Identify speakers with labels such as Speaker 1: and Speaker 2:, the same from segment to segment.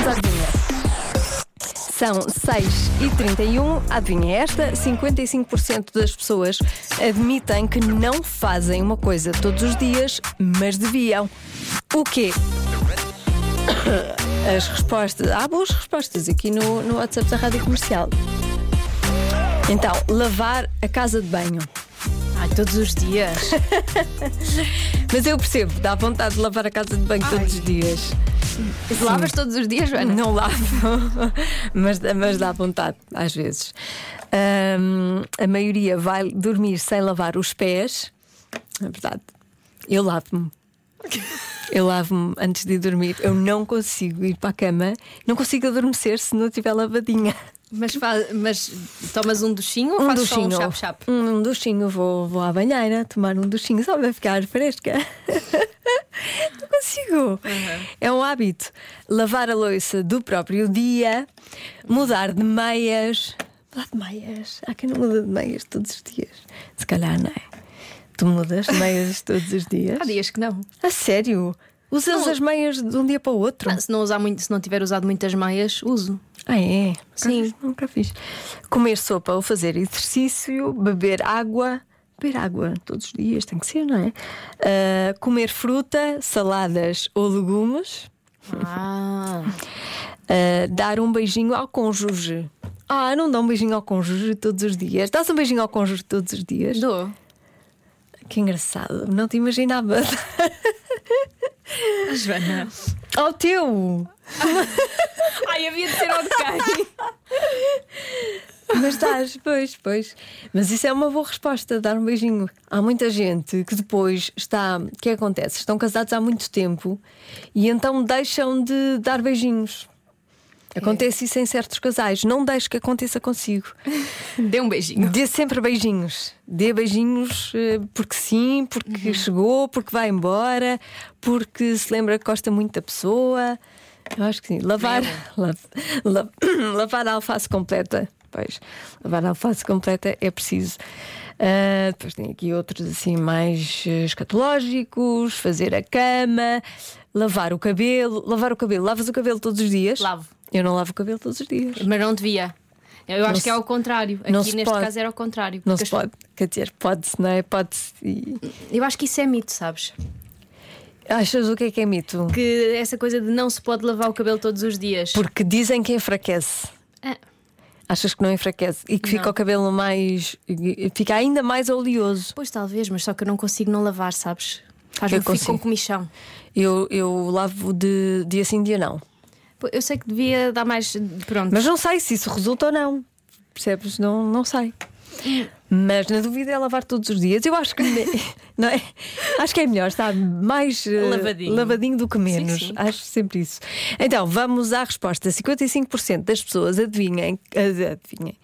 Speaker 1: adivinha. São 6 e 31, adivinha esta? 55% das pessoas admitem que não fazem uma coisa todos os dias, mas deviam. O quê? As respostas. Há boas respostas aqui no, no WhatsApp da Rádio Comercial. Então, lavar a casa de banho.
Speaker 2: Ai, todos os dias.
Speaker 1: Mas eu percebo, dá vontade de lavar a casa de banho todos os dias.
Speaker 2: Lavas todos os dias, Joana?
Speaker 1: Não lavo, mas, mas dá vontade, às vezes. Ahm, a maioria vai dormir sem lavar os pés. É verdade. Eu lavo-me. Eu lavo-me antes de ir dormir. Eu não consigo ir para a cama, não consigo adormecer se não tiver lavadinha.
Speaker 2: Mas, faz- mas tomas um duchinho ou fazes só um chap-chap?
Speaker 1: Um duchinho, vou, vou à banheira tomar um duchinho só para ficar fresca. Não consigo.
Speaker 2: Uhum.
Speaker 1: É um hábito. Lavar a louça do próprio dia, mudar de meias. Mudar de meias. Há quem não muda de meias todos os dias. Se calhar não é. Tu mudas de meias todos os dias.
Speaker 2: Há dias que não.
Speaker 1: A sério? Usas
Speaker 2: Não.
Speaker 1: as meias de um dia para o outro?
Speaker 2: Ah, se, não usar muito, se não tiver usado muitas meias, uso.
Speaker 1: Ah, é?
Speaker 2: Sim.
Speaker 1: Nunca fiz, nunca fiz. Comer sopa ou fazer exercício, beber água. Beber água todos os dias, tem que ser, não é? Ah, comer fruta, saladas ou legumes.
Speaker 2: Ah,
Speaker 1: Ah, dar um beijinho ao cônjuge. Ah, não dá um beijinho ao cônjuge todos os dias. Dás um beijinho ao cônjuge todos os dias.
Speaker 2: dou.
Speaker 1: Que engraçado, não te imaginava.
Speaker 2: Ah, Joana.
Speaker 1: Ao teu!
Speaker 2: Ai, havia de ser ao de quem?
Speaker 1: Mas estás, pois, pois. Mas isso é uma boa resposta, dar um beijinho. Há muita gente que depois está. O que acontece? Estão casados há muito tempo e então deixam de dar beijinhos. Acontece isso em certos casais. Não deixe que aconteça consigo.
Speaker 2: Dê um beijinho.
Speaker 1: Dê sempre beijinhos. Dê beijinhos eh, porque sim, porque
Speaker 2: Uhum.
Speaker 1: chegou, porque vai embora, porque se lembra que gosta muito da pessoa. Eu acho que sim. Lavar, la- la- lavar a alface completa. Pois, lavar a alface completa é preciso. Ah, depois tem aqui outros assim mais eh, escatológicos, fazer a cama, lavar o cabelo, lavar o cabelo, lavas o cabelo todos os dias?
Speaker 2: Lavo.
Speaker 1: Eu não lavo o cabelo todos os dias.
Speaker 2: Mas não devia. Eu acho
Speaker 1: se-
Speaker 2: que é ao contrário. Aqui
Speaker 1: não se
Speaker 2: neste
Speaker 1: pode.
Speaker 2: caso era ao contrário.
Speaker 1: Não
Speaker 2: porque
Speaker 1: se
Speaker 2: as-
Speaker 1: pode, quer dizer, pode-se, não é? Pode-se. e-
Speaker 2: Eu acho que isso é mito, sabes?
Speaker 1: Achas o que é que é mito?
Speaker 2: Que essa coisa de não se pode lavar o cabelo todos os dias.
Speaker 1: Porque dizem que enfraquece.
Speaker 2: Ah,
Speaker 1: Achas que não enfraquece e que fica
Speaker 2: Não.
Speaker 1: o cabelo mais. fica ainda mais oleoso.
Speaker 2: pois talvez, mas só que eu não consigo não lavar, sabes? Faz-me
Speaker 1: Eu
Speaker 2: fico
Speaker 1: consigo.
Speaker 2: com comichão.
Speaker 1: Eu, eu lavo de dia sim, dia não.
Speaker 2: Pô, Eu sei que devia dar mais. Pronto.
Speaker 1: Mas não sei se isso resulta ou não. Percebes? Não, não sei. Mas na dúvida é lavar todos os dias. Eu acho que me- não é? Acho que é melhor, está mais eh,
Speaker 2: Lavadinho.
Speaker 1: lavadinho do que menos.
Speaker 2: sim.
Speaker 1: Acho sempre isso. Então, vamos à resposta. 55% das pessoas adivinhem, ad- adivinhem.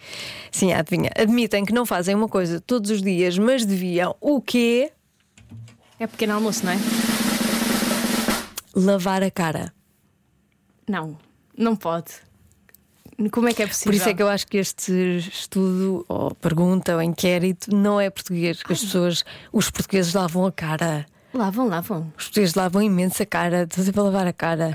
Speaker 1: Sim, adivinha. Admitem que não fazem uma coisa todos os dias, mas deviam o quê?
Speaker 2: É pequeno almoço, não é?
Speaker 1: Lavar a cara.
Speaker 2: Não, não pode. Como é que é possível?
Speaker 1: Por isso é que eu acho que este estudo, ou pergunta, ou inquérito, não é português. que As pessoas, os portugueses lavam a cara.
Speaker 2: Lavam, lavam.
Speaker 1: Os portugueses lavam imenso a cara. Estou sempre a lavar a cara.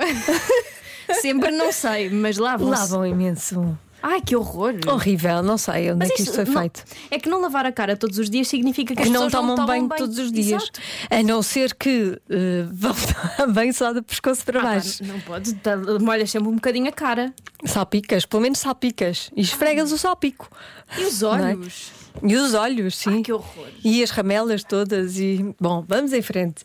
Speaker 2: Sempre não sei, mas lavam.
Speaker 1: Lavam imenso.
Speaker 2: Ai, que horror!
Speaker 1: Horrível, não sei onde é que isto foi
Speaker 2: não-
Speaker 1: feito.
Speaker 2: É que não lavar a cara todos os dias significa que as
Speaker 1: Que não
Speaker 2: pessoas
Speaker 1: tomam,
Speaker 2: não
Speaker 1: banho, todos os dias.
Speaker 2: Exato.
Speaker 1: A não ser que eh, vão tomar banho só do pescoço para
Speaker 2: Ah, pá,
Speaker 1: baixo.
Speaker 2: não pode, tá- molhas sempre um bocadinho a cara.
Speaker 1: Salpicas, pelo menos salpicas. E esfregas o salpico.
Speaker 2: E os
Speaker 1: é?
Speaker 2: olhos?
Speaker 1: E os olhos, sim.
Speaker 2: que horror.
Speaker 1: E as ramelas todas. E bom, vamos em frente.